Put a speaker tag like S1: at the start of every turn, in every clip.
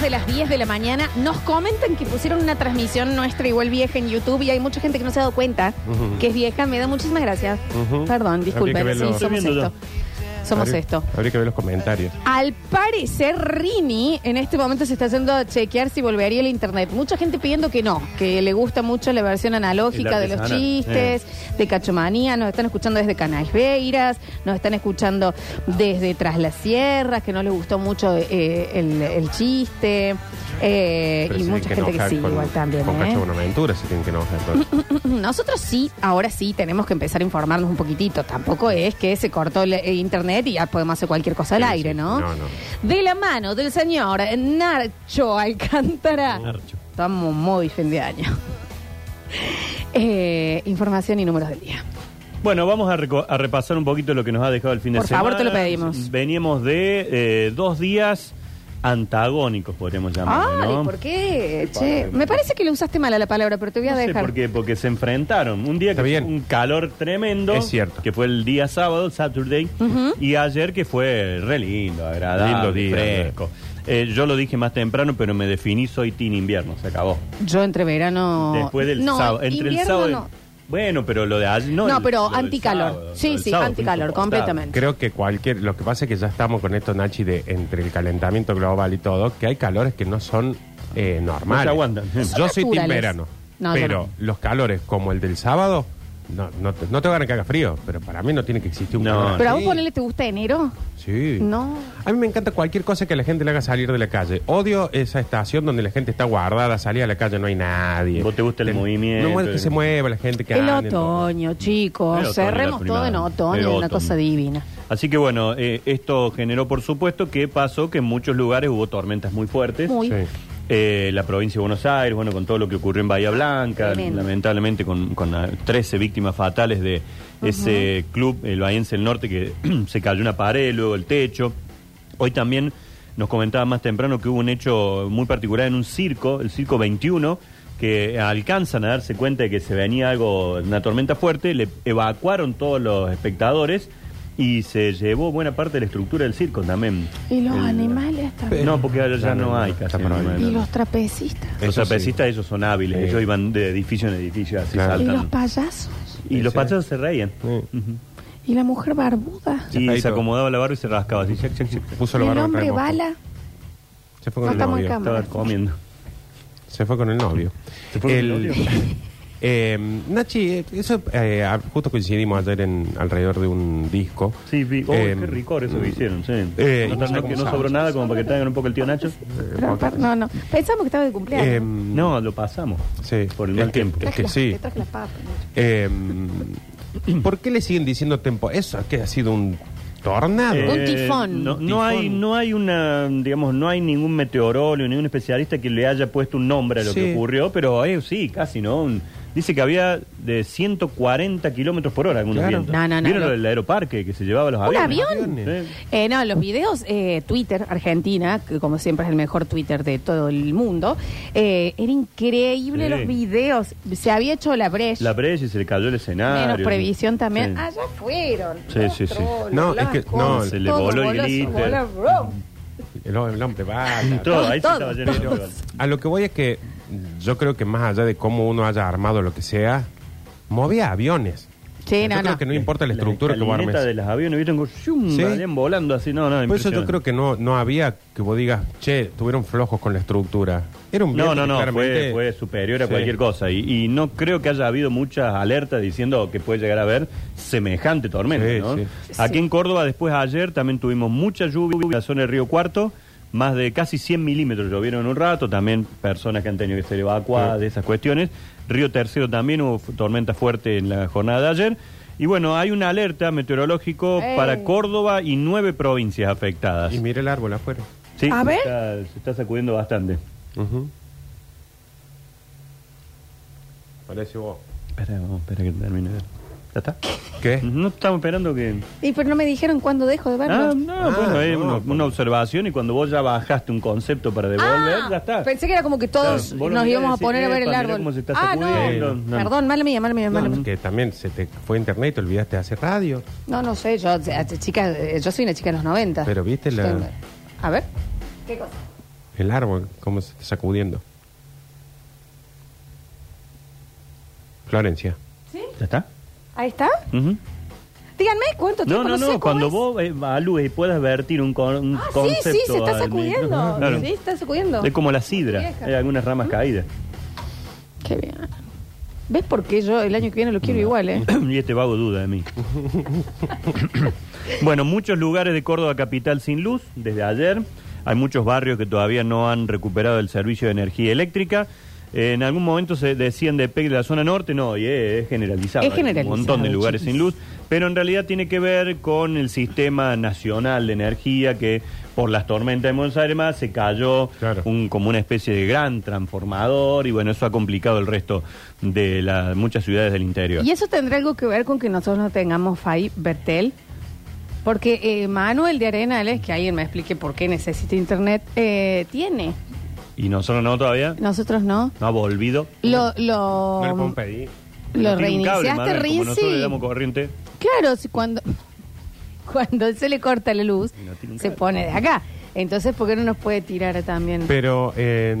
S1: de las 10 de la mañana, nos comentan que pusieron una transmisión nuestra igual vieja en YouTube y hay mucha gente que no se ha dado cuenta
S2: Ujú.
S1: que es vieja. Me da muchísimas gracias.
S2: Ujú.
S1: Perdón,
S2: Habría que
S1: disculpen.
S2: verlo.
S1: Sí,
S2: Estoy
S1: somos
S3: viendo
S1: esto. Somos
S2: habría,
S1: esto.
S2: Habría que ver los comentarios.
S1: Al parecer, Rini en este momento se está yendo a chequear si volvería el internet. Mucha gente pidiendo que no, que le gusta mucho la versión analógica
S3: El
S1: de los
S3: artesanal,
S1: chistes,
S2: Eh.
S1: de Cachomanía. Nos están escuchando desde Canales Beiras, nos están escuchando desde Tras las Sierras, que no les gustó mucho eh, el, el chiste. eh,
S2: Pero
S1: y
S2: se
S1: mucha
S2: tienen
S1: gente que
S2: enojar
S1: sí,
S2: con-
S1: igual también.
S2: Con
S1: ¿eh?
S2: Cacho Buenaventura se tienen que enojar. entonces.
S1: Nosotros sí, ahora sí tenemos que empezar a informarnos un poquitito. Tampoco es que se cortó el eh, internet y ya podemos hacer cualquier cosa al
S2: Sí,
S1: aire,
S2: sí.
S1: ¿no?
S2: No, no.
S1: De la mano del señor Narcho Alcántara.
S3: Narcho.
S1: Estamos muy fin de año. Eh, información y números del día.
S3: Bueno, vamos a, reco- a repasar un poquito lo que nos ha dejado el fin
S1: Por
S3: de semana.
S1: favor, te lo pedimos.
S3: Veníamos de eh, dos días antagónicos, podríamos llamarlo.
S1: Ay,
S3: ¿no?
S1: ¿por qué? Che, me parece que le usaste mal a la palabra, pero te voy a
S3: No sé
S1: dejar.
S3: por qué, porque se enfrentaron. Un día
S2: Está
S3: que
S2: bien.
S3: fue un calor tremendo.
S2: Es cierto.
S3: Que fue el día sábado, Saturday. Y ayer que fue re lindo, agradable,
S2: Lindo día,
S3: fresco. Eh, yo lo dije más temprano, pero me definí, soy team invierno, se acabó.
S1: Yo entre verano.
S3: Después del
S1: no,
S3: sábado. Entre el
S1: invierno
S3: sábado. y-
S1: no.
S3: Bueno, pero lo de ayer no.
S1: No,
S3: el-
S1: pero
S3: lo del
S1: anticalor.
S3: sábado,
S1: Sí,
S3: lo del
S1: sí,
S3: sábado fue
S1: anticalor,
S3: insoportable.
S1: completamente.
S2: Creo que cualquier. Lo que pasa es que ya estamos con esto, Nachi, de entre el calentamiento global y todo, que hay calores que no son eh, normales.
S3: No se aguantan.
S2: Yo
S1: Son
S2: soy team
S1: naturales.
S2: verano.
S1: No, yo
S2: pero
S1: no.
S2: los calores como el del sábado, no, no, te- no te van a que haga frío, pero para mí no tiene que existir un
S3: No,
S2: calor.
S3: no.
S1: Pero a
S2: así.
S1: vos ponele te gusta enero.
S2: Sí.
S1: No.
S2: A mí me encanta cualquier cosa que a la gente le haga salir de la calle. Odio esa estación donde la gente está guardada, salía a la calle, no hay nadie.
S3: ¿Vos te gusta el movimiento?
S2: No muere que se mueva la gente que
S1: el
S2: ande, todo.
S1: otoño, chicos.
S3: El otoño,
S1: Cerremos
S3: la
S1: todo
S3: primavera.
S1: en otoño,
S3: El
S1: una
S3: otoño.
S1: cosa divina.
S3: Así que bueno, eh, esto generó por supuesto que pasó que en muchos lugares hubo tormentas muy fuertes.
S1: Muy.
S2: Sí.
S3: Eh, la provincia de Buenos Aires, bueno, con todo lo que ocurrió en Bahía Blanca,
S1: Tremendo.
S3: lamentablemente con, con ah, 13 víctimas fatales de ese club, el Bahiense del Norte, que se cayó una pared, luego el techo. Hoy también nos comentaba más temprano que hubo un hecho muy particular en un circo, el Circo 21, que alcanzan a darse cuenta de que se venía algo, una tormenta fuerte, le evacuaron todos los espectadores y se llevó buena parte de la estructura del circo también.
S1: Y los
S3: El-
S1: animales también.
S3: No, porque ahora ya
S2: Ya no-
S3: no hay
S2: ya
S3: casi
S2: no hay.
S3: animales.
S1: Y los trapecistas.
S2: Eso
S3: Los
S2: sí.
S3: trapecistas, ellos son hábiles,
S2: Sí.
S3: ellos iban de edificio en edificio, así
S2: Claro.
S1: Y los
S3: saltan.
S1: payasos.
S3: Y los
S2: Sí.
S3: patos se reían.
S2: Sí.
S1: Y la mujer barbuda.
S2: Sí.
S3: Y
S2: Chapadito.
S3: se acomodaba la barba y se rascaba
S2: Ah,
S3: así. chac, chac, chac.
S2: Puso
S1: Y
S2: la
S1: el
S2: barba en
S1: hombre
S2: remojo.
S1: bala.
S2: Eh, Se fue
S1: No
S2: con el
S1: estamos en
S2: novio.
S1: cámara.
S3: Estaba comiendo.
S2: Se fue con el novio.
S3: ¿Se fue con el novio?
S2: eh, Nachi, eh, eso eh, a- justo coincidimos ayer en alrededor de un disco.
S3: Sí, vi. Oh,
S2: Eh,
S3: qué ricor eso que hicieron, sí.
S2: eh,
S3: no, tan-
S2: no sé
S3: que
S2: cómo
S3: no sobró
S2: sabe.
S3: nada como para que tengan un poco el tío Nacho.
S1: Pero, per- no, no. Pensamos que estaba de cumpleaños.
S2: Eh,
S3: No, lo pasamos.
S2: Sí.
S3: Por el
S2: Es que-
S3: mal tiempo.
S2: es
S1: Traje
S2: que
S1: las-
S2: sí.
S1: te traje las papas.
S2: Eh, ¿Por qué le siguen diciendo tempo? Eso es que ha sido un tornado.
S1: Eh, Un tifón.
S3: No, no hay, no hay una, digamos, no hay ningún meteorólogo, ningún especialista que le haya puesto un nombre a lo
S2: Sí.
S3: que ocurrió, pero eh, sí, casi, ¿no? Un- dice que había de 140 kilómetros por hora algunos
S2: Claro.
S3: vientos.
S1: No, no, no,
S3: ¿Vieron
S1: lo-
S3: lo del aeroparque que se llevaba los
S1: ¿Un
S3: aviones?
S1: avión?
S3: Sí.
S1: Eh, no, los videos, eh, Twitter Argentina, que como siempre es el mejor Twitter de todo el mundo, eh, era increíble
S3: Sí.
S1: los videos. Se había hecho la brecha.
S3: La presa y se le cayó el escenario.
S1: Menos previsión también. Ah,
S3: Sí.
S1: Allá fueron.
S3: Sí,
S1: los
S3: sí, sí.
S1: trolos,
S2: No,
S1: las
S2: es que-
S1: cosas,
S2: no, se
S3: le
S1: todo
S3: voló el
S1: se
S3: glitter.
S1: voló, bro.
S2: El, el hombre va.
S3: Todo, ahí sí
S1: Todo,
S3: estaba lleno de
S1: todo.
S3: avión.
S2: A lo que voy es que yo creo que más allá de cómo uno haya armado lo que sea, movía aviones.
S1: Sí,
S2: yo
S1: no,
S2: creo
S1: no.
S2: que no importa la estructura que vos
S3: escalineta
S2: armes.
S3: de los aviones, ¿vieron? Como, shum,
S2: Sí.
S3: salían volando así, no, no,
S2: Por eso yo
S3: impresionante.
S2: creo que no, no había que vos digas, che, tuvieron flojos con la estructura. Era un
S3: No,
S2: viento
S3: no,
S2: que
S3: no, fue,
S2: claramente-
S3: fue superior a
S2: Sí.
S3: cualquier cosa. Y, y no creo que haya habido muchas alertas diciendo que puede llegar a haber semejante tormenta.
S2: Sí,
S3: ¿no?
S2: sí.
S3: Aquí
S1: Sí.
S3: en Córdoba, después ayer, también tuvimos mucha lluvia en la zona del Río Cuarto. Más de casi 100 milímetros llovieron en un rato. También personas que han tenido que ser evacuadas de esas cuestiones. Río Tercero también hubo fu- tormenta fuerte en la jornada de ayer. Y bueno, hay una alerta meteorológico
S1: Ey.
S3: para Córdoba y nueve provincias afectadas.
S2: Y mire el árbol afuera.
S3: Sí,
S1: A
S3: se
S1: ver.
S3: está- se está sacudiendo bastante.
S2: Ujú. Parece vos.
S3: Espera, vamos, espera que termine. ¿Ya está?
S2: ¿Qué?
S3: No estamos esperando que.
S1: Y pero no me dijeron cuándo dejo de verlo.
S3: Ah, no,
S2: Ah,
S3: bueno, es
S2: no,
S3: una,
S2: por-
S3: una observación y cuando vos ya bajaste un concepto para devolver,
S1: Ah,
S3: ya está.
S1: Pensé que era como que todos
S3: Claro, vos lo
S1: nos
S3: mirás y
S1: íbamos a
S3: decís,
S1: poner a ver
S3: "Epa,
S1: el
S3: mirá
S1: árbol.
S3: cómo se está
S1: ah, no.
S3: sacudiendo. No.
S1: Perdón, mala mía, mala mía, mala mía.
S2: Que también se te fue internet y te olvidaste de hacer radio.
S1: No, no sé, yo, eh, chica, eh, yo soy una chica de los 90.
S2: Pero viste la-
S1: Tengo- A ver. ¿Qué cosa?
S2: El árbol, cómo se está sacudiendo. Florencia.
S3: ¿Ya está?
S1: ¿Ahí está?
S3: Ujú.
S1: Díganme cuánto
S3: No,
S1: tiempo
S3: no,
S1: sé
S3: no.
S1: cómo
S3: Cuando
S1: es.
S3: vos eh, evalúes y puedas vertir un, con- un
S1: Ah, sí,
S3: concepto.
S1: sí, se está
S3: al-
S1: sacudiendo.
S3: Claro.
S1: Sí, está sacudiendo.
S3: Es como la sidra.
S1: Vieja.
S3: Hay algunas ramas caídas.
S1: Qué bien. ¿Ves por qué yo el año que viene lo quiero igual, eh?
S3: y este vago duda de mí. bueno, muchos lugares de Córdoba capital sin luz desde ayer. Hay muchos barrios que todavía no han recuperado el servicio de energía eléctrica. Eh, en algún momento se decían de PEC de la zona norte, no, y es, es generalizado.
S1: Es
S3: Hay
S1: generalizado,
S3: Un montón de lugares
S1: chiquis.
S3: sin luz, pero en realidad tiene que ver con el sistema nacional de energía que por las tormentas de Buenos Aires más se cayó
S2: Claro.
S3: un un- como una especie de gran transformador y bueno, eso ha complicado el resto de la- muchas ciudades del interior.
S1: ¿Y eso tendrá algo que ver con que nosotros no tengamos FAI Bertel? Porque eh, Manuel de Arenales, que alguien me explique por qué necesita internet, eh, tiene.
S3: ¿Y nosotros no todavía?
S1: Nosotros no.
S3: No ha volvido.
S1: Lo,
S2: No le
S1: lo,
S2: podemos pedir.
S1: lo
S3: No tiene un cable,
S1: reiniciaste,
S3: Manuel, como nosotros le
S1: Rizzi.
S3: damos corriente.
S1: Claro, si cuando, cuando se le corta la luz,
S3: Y no tiene un
S1: se
S3: cable.
S1: pone de acá. Entonces, ¿por qué no nos puede tirar también?
S2: Pero eh,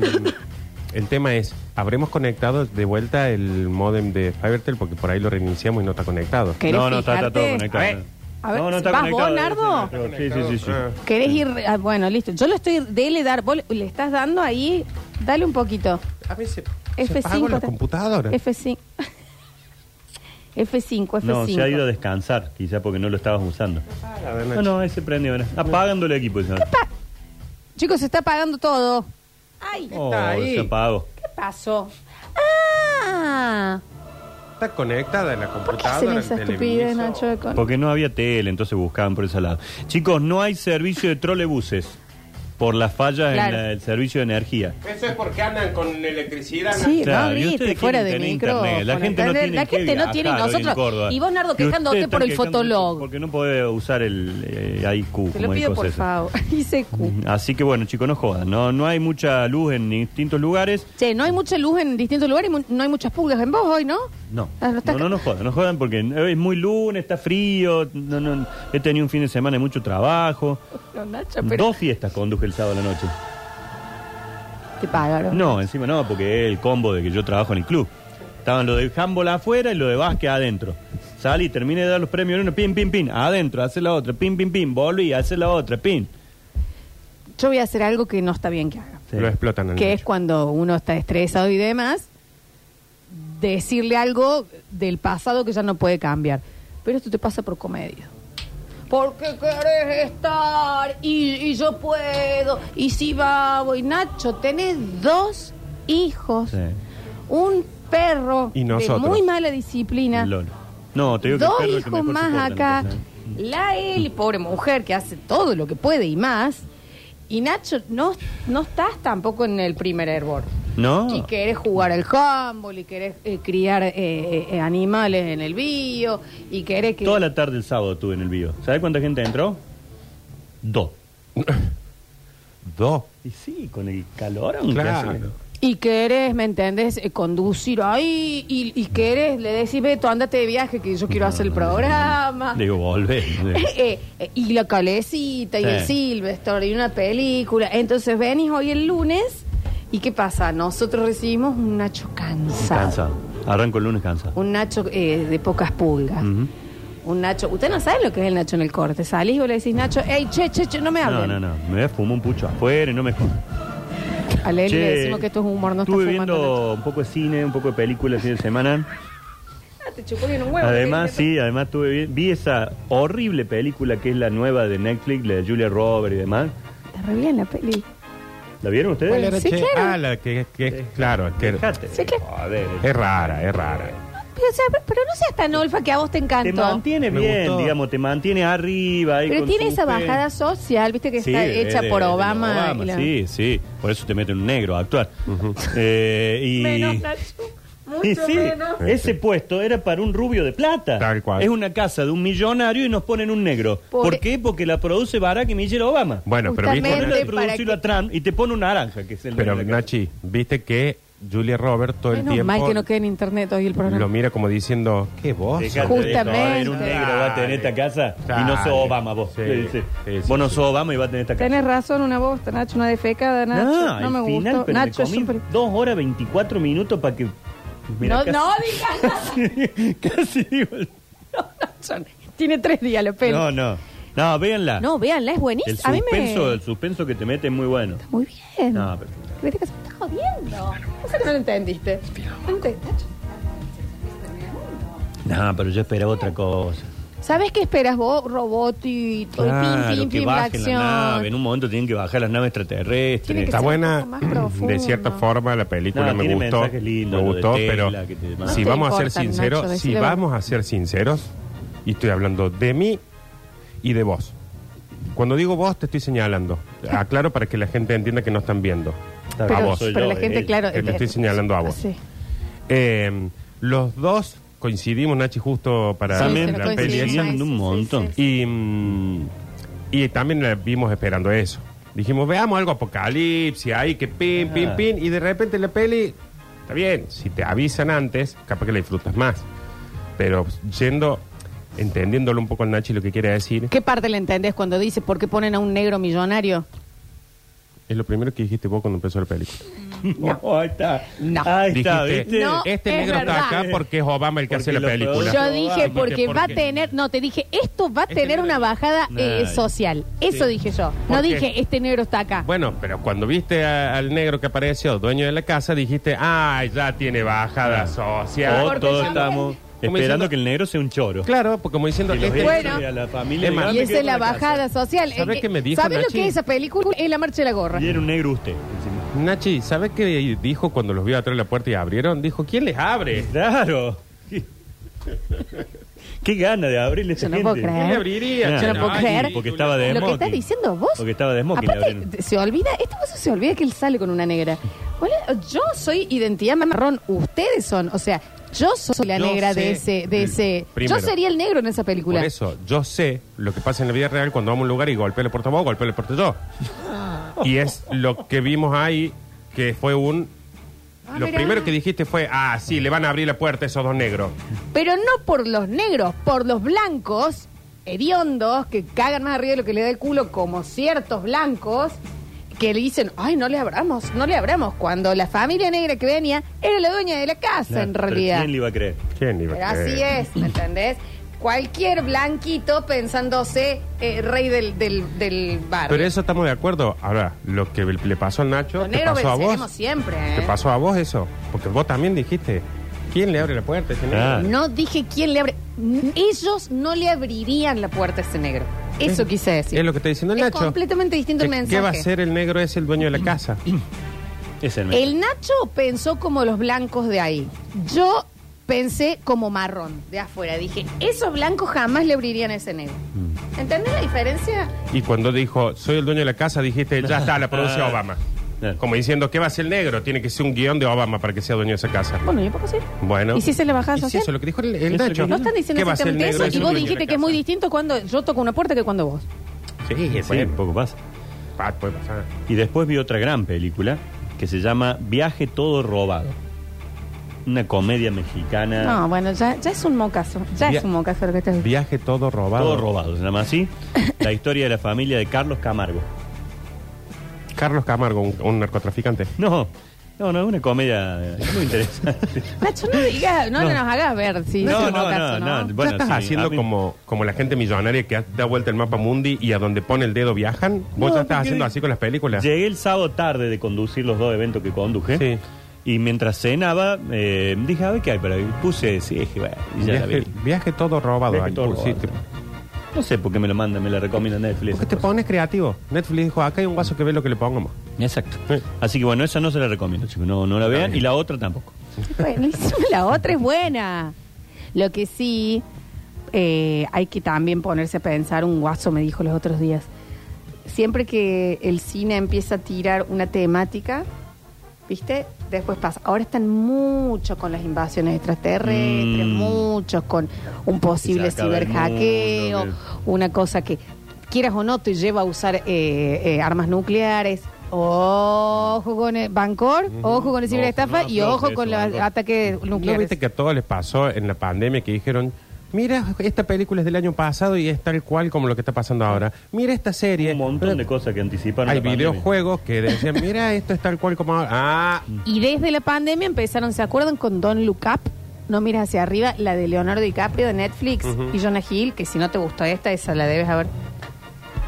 S2: el tema es, ¿habremos conectado de vuelta el modem de Fivertel? Porque por ahí lo reiniciamos y no está conectado.
S1: ¿Querés
S3: No, no, está, está todo
S1: fijarte?
S3: conectado.
S2: A ver,
S1: a ver,
S3: no, no está
S1: ¿vas
S3: conectado.
S1: vos, Nardo?
S3: Sí, sí, sí. sí.
S2: Ah.
S1: ¿Querés ir? ah, bueno, listo. Yo lo estoy. Dele dar. Vos le- le estás dando ahí. Dale un poquito.
S2: A veces se
S1: F5.
S2: apagan las
S1: ta-
S2: computadoras.
S1: F5. F5, F5.
S3: No, se ha ido a descansar, quizá porque no lo estabas usando.
S2: Ah,
S3: No, no, ese prendió. ahora. Apagando el equipo. señor.
S1: Chicos, se está apagando todo. Ay,
S3: Oh,
S2: Está ahí.
S3: se apagó.
S1: ¿qué pasó? ¡Ah!
S2: Está conectada la
S1: ¿Por qué
S2: computadora.
S1: hacen
S2: el
S1: esa
S2: televisor.
S1: estupidez, Nacho? de Con...
S3: Porque no había tele, entonces buscaban por ese lado. Chicos, no hay servicio de trolebuses por las fallas
S1: Claro.
S3: en la- el servicio de energía.
S2: Eso es porque andan con electricidad.
S1: Sí, no
S3: Claro, ¿y
S1: grite
S3: ustedes
S1: fuera de
S3: quieren tener
S1: micro.
S3: internet? La gente no tiene, que viajar hoy en
S1: nosotros.
S3: Córdoba.
S1: Y vos, Nardo,
S3: ustedes
S1: quejándote por
S3: están
S1: el
S3: quejando
S1: fotolog.
S3: Porque no puede usar el eh, IQ.
S1: Te lo
S3: como hay
S1: pido, por
S3: cosas esas.
S1: favor. ICQ.
S3: Así que bueno, chicos, no jodan. No, no hay mucha luz en distintos lugares.
S1: Che, no hay mucha luz en distintos lugares y mu- no hay muchas pulgas en vos hoy, ¿no?
S3: No,
S1: Ah,
S3: no,
S1: estás-
S3: no, no jodan, no jodan porque es muy lunes, está frío, no, no, he tenido un fin de semana de mucho trabajo.
S1: No, Nacho, pero
S3: Dos fiestas conduje el sábado a la noche.
S1: te pagaron.
S3: No, encima no, porque es el combo de que yo trabajo en el club. Estaban lo de handball afuera y lo de básquet adentro. Salí, terminé de dar los premios, uno, pin, pin, pin, adentro, hace la otra, pin, pin, pin, volví, hace la otra, pin.
S1: Yo voy a hacer algo que no está bien que haga.
S3: Sí.
S2: Lo explotan en
S1: Que es cuando uno está estresado y demás, decirle algo del pasado que ya no puede cambiar. Pero esto te pasa por comedia. Porque querés estar y, y yo puedo y si vamos. Y Nacho, tenés dos hijos,
S3: Sí.
S1: un perro
S2: Y
S1: de
S2: nosotros.
S1: muy mala disciplina.
S3: Lolo. No, te digo que el
S1: dos
S3: perro es el que
S1: hijos
S3: mejor
S1: más
S3: soporta en la
S1: acá.
S3: casa, ¿eh?
S1: La Eli, pobre mujer, que hace todo lo que puede y más. Y Nacho, no, no estás tampoco en el primer hervor.
S3: No.
S1: Y querés jugar al handball, y querés eh, criar eh, eh, eh, animales en el bio, y querés que...
S3: Toda la tarde el sábado estuve en el vivo. ¿Sabes cuánta gente entró? Dos.
S2: Dos.
S3: Y sí, con el calorón
S2: Claro.
S3: que hace.
S1: Y querés, ¿me entendés? Eh, conducir ahí, y, y querés, le decís, Beto, ándate de viaje que yo quiero hacer el programa.
S3: Digo, volvé.
S1: Eh, eh, y la calecita y
S3: Sí.
S1: el Silvestre y una película. Entonces venís hoy el lunes y ¿qué pasa? Nosotros recibimos un Nacho cansado.
S3: Cansado. Arranco el lunes cansado.
S1: Un Nacho eh, de pocas pulgas.
S3: Ujú.
S1: Un Nacho, usted no sabe lo que es el Nacho en el corte. Salís y le decís, Nacho, hey, che, che, che, no me
S3: No,
S1: hablen.
S3: no, no. Me voy a fumar un pucho afuera y no me jodan.
S1: A Leli le
S3: Che,
S1: decimos que esto es humor, no está
S3: Estuve
S1: fumando. Nacho.
S3: viendo un poco de cine, un poco de película el fin de semana.
S1: Ah, te chupó bien un huevo.
S3: Además,
S1: ¿qué?
S3: sí, además tuve vi, vi esa horrible película que es la nueva de Netflix, la de Julia Roberts y demás.
S1: Está re bien la peli.
S3: ¿La vieron ustedes?
S1: Sí, claro.
S2: Ah, la que, que- claro. que-
S3: Fíjate.
S1: Sí, claro.
S3: Joder.
S2: es rara, es rara.
S1: Pero, o sea, pero no seas tan olfa que a vos te
S3: Te
S1: encantó.
S3: mantiene
S2: Me
S3: bien,
S2: gustó.
S3: digamos, te mantiene arriba. ahí
S1: Pero
S3: con
S1: tiene
S3: su
S1: esa
S3: pelo.
S1: bajada social, viste que
S3: Sí,
S1: está
S3: de-
S1: hecha
S3: de-
S1: por
S3: de
S1: Obama. y la-
S3: Sí, sí. Por eso te meten un negro a actuar. Eh, y...
S1: Menos Nacho. Mucho
S3: Y sí,
S1: menos.
S3: ese puesto era para un rubio de plata.
S2: Tal cual.
S3: Es una casa de un millonario y nos ponen un negro.
S1: Pobre-
S3: ¿Por qué? Porque la produce Barack y Michelle Obama.
S2: Bueno, pero
S1: Justamente.
S2: viste,
S3: Ponen a
S1: para
S3: producirlo
S1: que-
S3: a Trump y te pone un naranja, que es el
S2: pero
S3: de la casa.
S2: Nachi, viste que Julia Robert todo el
S1: Menos
S2: tiempo.
S1: mal que no quede en internet hoy el programa.
S2: Lo mira como diciendo, ¿qué vos?
S3: Dejate
S1: Justamente.
S3: de joder, un negro va a tener esta casa y no sos
S2: Dale.
S3: Obama vos.
S2: Sí,
S3: Le dice,
S2: sí, sí,
S3: vos no
S2: sí.
S3: sos Obama y va a tener esta casa.
S1: Tenés razón, una bosta, Nacho, una defecada, Nacho. No,
S3: Ah, al
S1: me
S3: final,
S1: gustó.
S3: pero
S1: Nacho,
S3: me comí
S1: siempre-
S3: dos horas 24 minutos para que...
S1: No,
S3: Mira, casi-
S1: no digas nada,
S3: Casi digo... el-
S1: Nacho. Tiene tres días, lo pelo.
S3: No, no. No, véanla.
S1: No, véanla, es
S3: el
S1: buenísima. A mí me.
S3: suspenso, el suspenso que te mete es muy bueno.
S1: Muy bien.
S3: No, pero-
S1: ¿Qué te pasa? Me estás jodiendo. No sé que no lo entendiste. No entendiste, Nacho.
S3: No, pero yo esperaba otra cosa.
S1: ¿Sabes qué esperas vos? Robotito,
S3: Claro,
S1: pim, pim,
S3: Ah, que
S1: pim, la
S3: bajen
S1: acción.
S3: la nave. En un momento tienen que bajar las naves
S1: Tiene
S3: extraterrestres.
S1: que
S2: Está
S1: ser
S2: buena,
S1: un poco más profundo.
S2: de cierta forma la película
S3: No,
S2: me
S3: tiene
S2: gustó,
S3: mensajes lindos,
S2: me
S3: lo de
S2: gustó,
S3: Tesla,
S2: pero
S3: que te
S1: manda.
S2: si
S1: No te
S2: vamos a ser
S1: importan,
S2: sinceros,
S1: Nacho,
S2: si
S1: decile la
S2: vamos a ser sinceros, y estoy hablando de mí y de vos. Cuando digo vos te estoy señalando, aclaro para que la gente entienda que no están viendo.
S3: Está
S2: a
S3: bien,
S1: Pero,
S2: vos.
S3: soy
S1: pero
S3: yo,
S1: la
S3: eh,
S1: gente,
S3: eh,
S1: claro.
S2: que te
S1: eh,
S2: estoy
S1: eh,
S2: señalando a vos.
S1: Sí.
S2: Eh, los dos coincidimos, Nachi, justo para
S3: También
S1: Sí, pero
S2: la peli
S1: coincidimos.
S2: esa.
S3: coincidían un montón.
S2: Y, mm, y también la vimos esperando eso. Dijimos, veamos algo apocalipsis, ahí que pin, pin,
S3: Ah.
S2: pin. Y de repente la peli, está bien, si te avisan antes, capaz que la disfrutas más. Pero yendo, entendiéndolo un poco al Nachi lo que quiere decir,
S1: ¿Qué parte le entendés cuando dice por qué ponen a un negro millonario?
S2: es lo primero que dijiste vos cuando empezó la película.
S3: No, ahí está.
S1: No.
S3: Ahí está,
S2: Dijiste,
S3: ¿viste?
S1: No,
S2: este
S1: es
S2: negro
S1: verdad.
S2: está acá porque es Obama el que
S3: Porque
S2: hace la
S3: lo
S2: película.
S3: produce.
S1: Yo dije
S2: Obama.
S1: porque va a
S2: Porque-
S1: tener, no, te dije, esto va a
S2: Este
S1: tener
S2: negro-
S1: una bajada eh,
S3: Nah.
S1: social. Eso
S2: Sí.
S1: dije yo.
S2: ¿Por
S1: No
S2: qué?
S1: dije, este negro está acá.
S2: Bueno, pero cuando viste a- al negro que apareció, dueño de la casa, dijiste, ay, ya tiene bajada social.
S3: O
S1: Porque
S3: todos
S1: también-
S3: estamos
S2: Como
S3: esperando
S2: diciendo-
S3: que el negro sea un choro.
S2: Claro, porque como diciendo,
S3: Que los
S2: este-
S1: Bueno.
S3: echen a la familia
S2: Es
S1: y
S2: más,
S3: grande que
S1: esa es la
S3: con casa.
S1: bajada social.
S2: ¿Sabés
S1: Eh,
S2: qué me dijo,
S1: ¿Sabés lo
S2: Nachi?
S1: que es esa película? Es la marcha de la gorra.
S3: Y era un negro usted. encima.
S2: Nachi, ¿sabes qué dijo cuando los vio atrás de la puerta y abrieron? Dijo, ¿quién les abre?
S3: Claro. Qué gana de abrirle esa
S1: Yo no
S3: gente.
S1: puedo creer.
S2: ¿Quién le abriría?
S3: Yo no
S1: Eh. puedo
S2: Ay,
S1: creer.
S3: Porque estaba de-
S1: Lo que
S3: smoking.
S1: estás diciendo vos.
S3: Porque estaba de smoking,
S1: Aparte,
S3: Adrián.
S1: te- se olvida, este cosa se olvida que él sale con una negra. Boludo, Yo soy identidad marrón, ustedes son. O sea, yo soy la
S2: Yo
S1: negra
S2: sé-
S1: de ese. De ese
S2: Primero.
S1: yo sería el negro en esa película.
S2: Por eso, yo sé lo que pasa en la vida real cuando vamos a un lugar y golpea la puerta vos, golpea la puerta yo. Y es lo que vimos ahí, que fue un...
S1: Ah,
S2: lo
S1: mirá.
S2: primero que dijiste fue, ah, sí, le van a abrir la puerta a esos dos negros.
S1: Pero no por los negros, por los blancos, hediondos, que cagan más arriba de lo que le da el culo, como ciertos blancos, que le dicen, ay, no le abramos, no le abramos. Cuando la familia negra que venía era la dueña de la casa,
S3: Claro,
S1: en
S3: pero
S1: realidad.
S3: ¿Quién Eh, le iba a creer?
S2: ¿Quién iba a
S1: Pero así
S2: creer?
S1: es, ¿me entendés? Cualquier blanquito pensándose eh, rey del, del, del barrio.
S2: Pero eso estamos de acuerdo. Ahora, lo que le pasó al Nacho,
S1: Los
S2: te
S1: negros
S2: pasó a
S1: venceremos
S2: vos.
S1: siempre. ¿eh?
S2: Te pasó a vos eso. Porque vos también dijiste, ¿quién le abre la puerta? a ese negro?
S3: Ah.
S1: No dije quién le abre. N- Ellos no le abrirían la puerta a ese negro. Eso
S2: Es-
S1: quise decir.
S2: Es lo que está diciendo el
S1: Es
S2: Nacho.
S1: completamente distinto el
S2: ¿Qué-
S1: mensaje.
S2: ¿Qué va a hacer el negro? Es el dueño de la casa.
S3: Es el
S1: El Nacho pensó como los blancos de ahí. Yo pensé como marrón de afuera. Dije, esos blancos jamás le abrirían a ese negro.
S3: Mm.
S1: ¿Entendés la diferencia?
S2: Y cuando dijo, soy el dueño de la casa, dijiste, ya está, la produce
S3: Ah.
S2: Obama.
S3: Claro.
S2: Como diciendo, ¿qué va a hacer el negro? Tiene que ser un guión de Obama para que sea dueño de esa casa.
S1: Bueno, yo poco sí.
S2: Bueno.
S1: ¿Y si se le bajaba
S2: ¿Y si
S1: social?
S2: eso es lo que dijo el, el
S3: Eso
S2: Nacho.
S3: que-
S1: No están diciendo
S2: ¿Qué va a hacer el
S1: exactamente
S2: negro?
S1: eso.
S2: Es
S1: Y
S2: el
S1: vos
S2: dueño de la
S1: dijiste que es muy
S2: casa.
S1: distinto cuando yo toco una puerta que cuando vos.
S2: Sí,
S3: Sí,
S2: bueno,
S3: poco pasa.
S2: pa- puede pasar.
S3: Y después vi otra gran película que se llama Viaje Todo Robado. Una comedia mexicana.
S1: No, bueno, ya, ya es un mocazo. Ya
S2: Via-
S1: es un mocazo lo que estás diciendo.
S2: Viaje todo robado.
S3: Todo robado, se llama así. La historia de la familia de Carlos Camargo.
S2: Carlos Camargo, un, un narcotraficante.
S3: No, no, no, es una comedia eh, muy interesante.
S1: Nacho, no digas, no,
S3: No.
S1: nos hagas ver si es un mocazo, ¿no?
S3: bueno,
S2: ¿Ya estás
S3: sí, a
S2: haciendo
S3: mí-
S2: como, como la gente millonaria que da vuelta el mapa mundi y a donde pone el dedo viajan? ¿Vos
S3: No,
S2: ya estás
S3: porque-
S2: haciendo así con las películas?
S3: Llegué el sábado tarde de conducir los dos eventos que conduje.
S2: Sí.
S3: Y mientras cenaba, eh, dije, a ver qué hay, pero puse ese eje, bueno, y ya la
S2: Viaje,
S3: vi.
S2: viaje todo robado.
S3: Viaje
S2: ahí
S3: todo robado.
S2: pusiste.
S3: No sé por qué me lo manda, me la recomienda Netflix.
S2: Porque te
S3: esas
S2: pones creativo. Netflix dijo, acá hay un guaso que ve lo que le pongamos.
S3: cosas. Exacto. Así que bueno, esa no se la recomiendo, chicos. No, no la vean. Y la otra tampoco.
S1: Buenísimo, la otra es buena. Lo que sí, eh, hay que también ponerse a pensar, un guaso me dijo los otros días, siempre que el cine empieza a tirar una temática, ¿viste? Después pasa. Ahora están mucho con las invasiones extraterrestres,
S3: Mm.
S1: muchos con un posible
S3: Que se acaba el
S1: ciberhackeo,
S3: mundo,
S1: una cosa que quieras o no te lleva a usar eh, eh, armas nucleares. Ojo con el Bancor, ojo con el
S3: No,
S1: ciberestafa
S3: no
S1: y
S3: aplaude
S1: ojo
S3: eso,
S1: con los
S3: Bancor.
S1: ataques
S2: ¿No
S1: nucleares.
S2: viste que a todos les pasó en la pandemia que dijeron, mira, esta película es del año pasado y es tal cual como lo que está pasando ahora? Mira esta serie.
S3: Un montón de cosas que anticiparon.
S2: Hay
S3: la pandemia.
S2: videojuegos que decían, mira, esto es tal cual como ahora. Ah,
S3: Mm.
S1: Y desde la pandemia empezaron, ¿se acuerdan con Don Look Up? No mires hacia arriba, la de Leonardo DiCaprio de Netflix y Jonah Hill, que si no te gustó esta, esa la debes haber.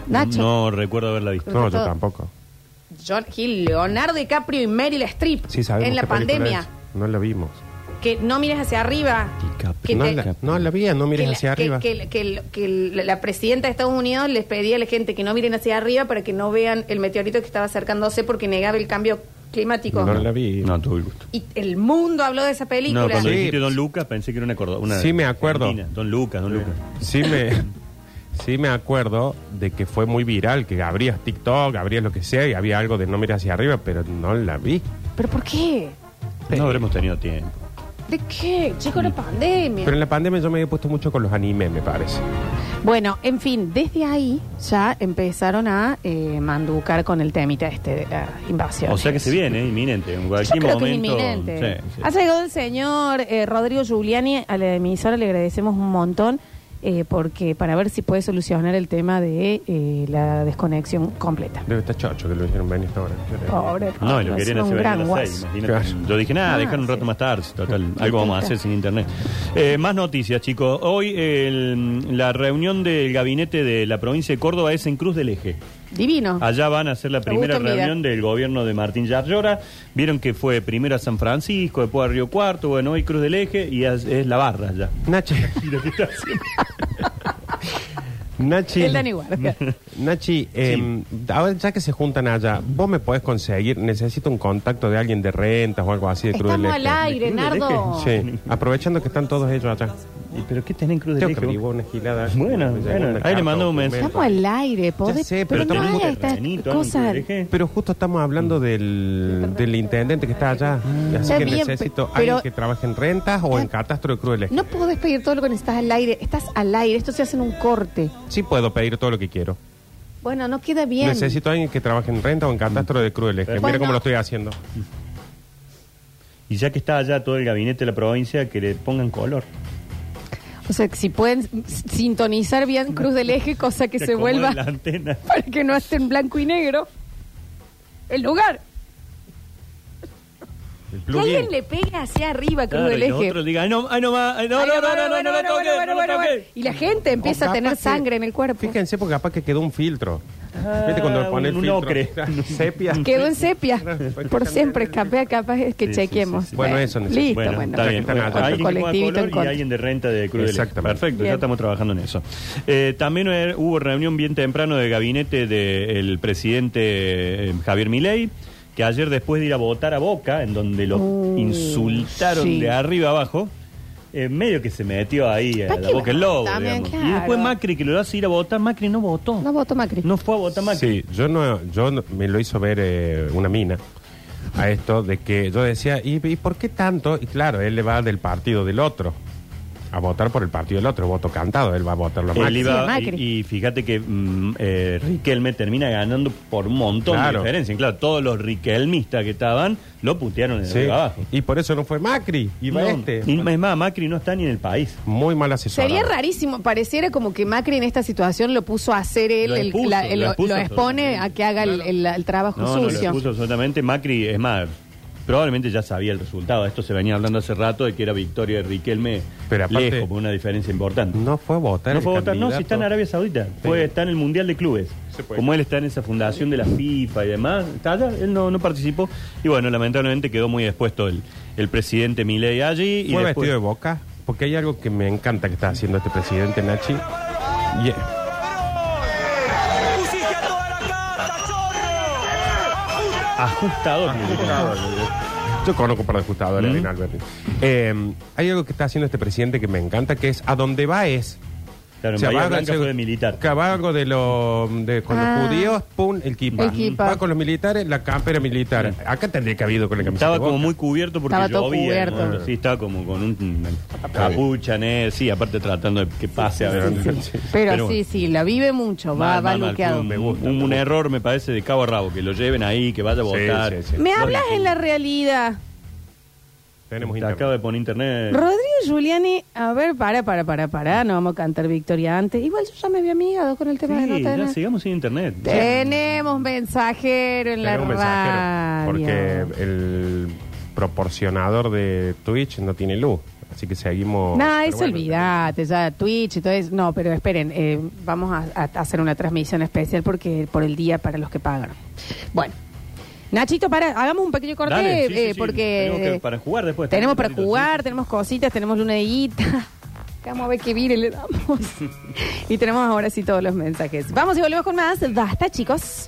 S1: Nacho.
S3: No recuerdo haberla visto.
S2: no, yo
S1: todo.
S2: tampoco.
S1: John Hill, Leonardo DiCaprio y Meryl Streep
S2: Sí, sabemos
S1: en la
S2: qué película
S1: pandemia.
S2: es. No la vimos.
S1: Que no mires hacia arriba.
S3: DiCaprio.
S1: Que
S2: no,
S1: te-
S2: la, no la vi, no mires
S1: que la-
S2: hacia
S1: que-
S2: arriba.
S1: Que, que el- que el- la presidenta de Estados Unidos les pedía a la gente que no miren hacia arriba para que no vean el meteorito que estaba acercándose porque negaba el cambio climático.
S2: No la vi.
S3: No, tuve el gusto.
S1: Y el mundo habló de esa película.
S3: No, cuando
S2: Sí.
S3: dijiste Don Lucas pensé que era una cordo- una
S2: Sí, me acuerdo.
S3: argentina. Don Lucas, Don Lucas.
S2: Sí me, sí me acuerdo de que fue muy viral, que abrías TikTok, abrías lo que sea y había algo de no mirar hacia arriba, pero no la vi.
S1: ¿Pero por qué?
S3: No habremos tenido tiempo.
S1: ¿De qué? Chico, la pandemia.
S2: Pero en la pandemia yo me había puesto mucho con los animes, me parece.
S1: Bueno, en fin, desde ahí ya empezaron a eh, manducar con el temita este de la invasión.
S3: O sea que se viene, ¿eh? inminente. En
S1: Yo
S3: cualquier
S1: creo que es
S3: momento.
S1: inminente.
S3: Sí, sí.
S1: Ha llegado el señor eh, Rodrigo Giuliani a la emisora, le agradecemos un montón eh, porque para ver si puede solucionar el tema de eh, la desconexión completa.
S2: Debe estar chocho que lo hicieron venir esta hora.
S1: Pobre,
S3: No, y lo
S1: Pablo,
S3: querían
S1: es un
S3: hacer venir a
S1: gran
S3: las seis,
S1: guaso.
S3: imagínate.
S2: Claro.
S3: Yo dije, nada,
S1: Ah,
S3: dejar un rato
S1: sí.
S3: más tarde. Total, algo vamos a hacer sin internet. Eh, más noticias, chicos. Hoy el- la reunión del gabinete de la provincia de Córdoba es en Cruz del Eje.
S1: Divino.
S3: Allá van a hacer la primera
S1: Augusto Miguel.
S3: reunión del gobierno de Martín Yarlora. Vieron que fue primero a San Francisco, después a Río Cuarto, bueno, hoy Cruz del Eje y es, es la barra ya.
S2: Nachi. Nachi.
S1: El Dani Guardia.
S2: Nachi, eh, ahora ya que se juntan allá, vos me podés conseguir, necesito un contacto de alguien de rentas o algo así de Cruz del
S1: Estamos al
S2: Eje.
S1: aire,
S3: ¿De Cruz del
S1: Nardo.
S2: Sí, aprovechando que están todos ellos allá.
S3: ¿Y ¿Pero qué tenés en Cruz
S2: Tengo
S3: del
S2: que
S3: Eje?
S2: averiguar
S3: vos?
S2: una gilada.
S3: Bueno,
S2: Me llegó
S3: bueno,
S2: una
S3: ahí
S2: carta,
S3: le mandó un
S2: documento.
S3: mensaje.
S1: Estamos al aire, podés,
S2: Ya sé,
S1: pero,
S2: pero
S1: no
S2: estamos
S1: hagas
S2: muy
S1: estas
S3: terrenito, algo en Cruz
S1: cosas.
S3: del Eje.
S2: Pero justo estamos hablando del, del intendente que está allá. Así
S1: Mm. Está
S2: que
S1: bien,
S2: necesito
S1: pe- pero-
S2: alguien que trabaje en rentas o en catastro de Cruz del Eje.
S1: No podés pedir todo lo que necesitas al aire. Estás al aire, esto se hace en un corte.
S2: Sí puedo pedir todo lo que quiero.
S1: Bueno, no queda bien.
S2: Necesito a alguien que trabaje en renta o en catastro de crueles. Que
S1: Bueno.
S2: mira cómo lo estoy haciendo.
S3: Y ya que está allá todo el gabinete de la provincia, que le pongan color.
S1: O sea, que si pueden s- sintonizar bien Cruz del Eje, cosa que se
S3: acomoden
S1: vuelva
S3: la antena.
S1: para que no esté en blanco y negro el lugar.
S2: El
S1: Que alguien le pegue hacia arriba Cruz
S3: Claro,
S1: del
S3: y los
S1: Eje.
S3: otros digan, "Ay, no, ay, no, más, ay, no,
S1: Ay,
S3: no,
S1: bueno,
S3: no, no, no,
S1: bueno,
S3: no,
S1: bueno,
S3: no,
S1: bueno,
S3: no,
S1: bueno,
S3: no,
S1: bueno,
S3: no,
S1: bueno. Y la gente
S2: O
S1: empieza a
S2: capaz
S1: tener
S2: que-
S1: sangre en el cuerpo.
S2: Fíjense, porque capaz que quedó un filtro.
S3: Ah,
S2: ¿Viste cuando le pone el
S3: un
S2: filtro?
S3: ocre.
S2: Sepia.
S1: Quedó en sepia.
S2: Fue
S1: Por
S2: que-
S1: siempre, capaz, capaz es que
S3: Sí, sí,
S1: chequeemos.
S3: sí, sí.
S2: Bueno, eso necesito.
S1: Listo,
S3: Bueno,
S1: bueno.
S3: está bien.
S2: perfecto.
S3: Bueno, alguien que ponga
S1: colectivito en
S3: color y
S1: contra.
S3: alguien de renta de Cruz del Eje.
S2: Exactamente.
S3: Perfecto,
S1: Bien.
S3: ya estamos trabajando en eso. Eh, también eh, hubo reunión bien temprano del gabinete del presidente eh, Javier Milei, que ayer después de ir a votar a Boca, en donde lo
S1: Uh,
S3: insultaron
S1: sí.
S3: de arriba abajo, eh, medio que se metió ahí a
S1: ¿Para
S3: la
S1: qué
S3: boca el
S1: va?
S3: lobo.
S1: También,
S3: digamos.
S1: claro.
S3: Y después Macri, que lo hace ir a votar, Macri no votó.
S1: No voto Macri.
S3: No fue a votar Macri.
S2: Sí, yo no, yo no- me lo hizo ver eh, una mina a esto de que yo decía, ¿y, y por qué tanto? Y claro, él le va del partido del otro a votar por el partido del otro, voto cantado, él va a votarlo a
S3: Él
S2: Macri.
S1: Maxi,
S3: iba-
S1: a Macri.
S3: Y, y fíjate que mm, eh, Riquelme termina ganando por un montón
S2: Claro.
S3: de diferencia. Y Claro, todos los riquelmistas que estaban lo putearon
S2: Sí,
S3: desde abajo.
S2: Y por eso no fue Macri, iba
S3: No,
S2: este.
S3: y es más, Macri no está ni en el país.
S2: Muy mal asesorado.
S1: Sería rarísimo, pareciera como que Macri en esta situación lo puso a hacer él,
S3: Lo
S1: el-
S3: expuso,
S1: la- el-
S3: lo
S1: lo,
S3: expuso
S1: expone
S3: absolutamente.
S1: a que haga el, el- el trabajo
S3: No, no lo
S1: sucio.
S3: expuso absolutamente. Macri, es más, probablemente ya sabía el resultado. Esto se venía hablando hace rato de que era victoria de Riquelme
S2: Pero aparte-
S3: lejos, por una diferencia importante.
S2: No fue a votar.
S3: No
S2: el
S3: fue a votar, no, si está en
S2: candidato.
S3: Arabia Saudita, fue, está en el Mundial de Clubes.
S2: Se puede.
S3: Como él está en esa fundación de la FIFA y demás, está allá, él no, no participó. Y bueno, lamentablemente quedó muy expuesto el, el presidente Milei allí. Y
S2: ¿Fue
S3: después-
S2: vestido de boca? Porque hay algo que me encanta que está haciendo este presidente Nachi. Y-
S4: Pusiste a toda la casa, chorro.
S3: Ajustador.
S2: Yo conozco para ajustadores Em,
S3: ¿Mm?
S2: en Alberti. Eh, hay algo que está haciendo este presidente que me encanta, que es a donde va es
S3: Claro, en
S2: Se
S3: Bahía
S2: abajo
S3: Blanca
S2: se-
S3: fue de militar.
S2: Cabalgo de, lo, de con
S1: Ah.
S2: los judíos, pum, el kipa.
S1: El kipa.
S2: Va con los militares, la campera militar. Acá tendría que haber ido con la camiseta.
S3: Estaba
S2: de Boca.
S3: como muy cubierto porque
S1: Estaba todo
S3: llovía.
S1: cubierto.
S3: ¿no? Sí, estaba como con un una capucha, ¿no? sí, aparte tratando de que pase a ver.
S1: Pero,
S3: Pero
S1: sí,
S3: bueno.
S1: sí, la vive mucho, va,
S3: Mal,
S1: va
S3: mal, mal.
S1: luqueado.
S3: Un,
S2: Me gusta,
S3: un-
S2: me
S3: un
S2: gusta.
S3: error me parece de cabo a rabo, que lo lleven ahí, que vaya a
S2: Sí,
S3: votar.
S2: sí, sí.
S1: Me
S3: Lógico.
S1: hablas en la realidad.
S2: Tenemos
S3: Te
S2: internet.
S3: acabo de poner internet.
S1: Rodrigo Giuliani, a ver, para, para, para, para, no vamos a cantar victoria antes. Igual yo ya me había amigado con el tema de no
S3: Sí, ya
S1: tener.
S3: sigamos sin internet.
S1: Tenemos mensajero en
S2: Tenemos
S1: la
S2: un
S1: radio.
S2: mensajero, porque el proporcionador de Twitch no tiene luz. Así que
S3: oh,
S2: seguimos.
S1: Nah,
S2: pero
S1: eso
S2: bueno,
S1: olvidate, ya Twitch y todo eso. No, pero esperen, eh, vamos a, a hacer una transmisión especial porque por el día para los que pagan. Bueno, Nachito, para, hagamos un pequeño corte
S3: Dale, sí, sí,
S1: eh,
S3: sí.
S1: porque
S3: Tenemos que-
S1: eh,
S3: para jugar después.
S1: tenemos para
S3: Ratito, sí.
S1: jugar, tenemos cositas, tenemos luna de guita. Vamos a ver qué vire le damos. y tenemos ahora sí todos los mensajes. Vamos y volvemos con más. Basta, chicos.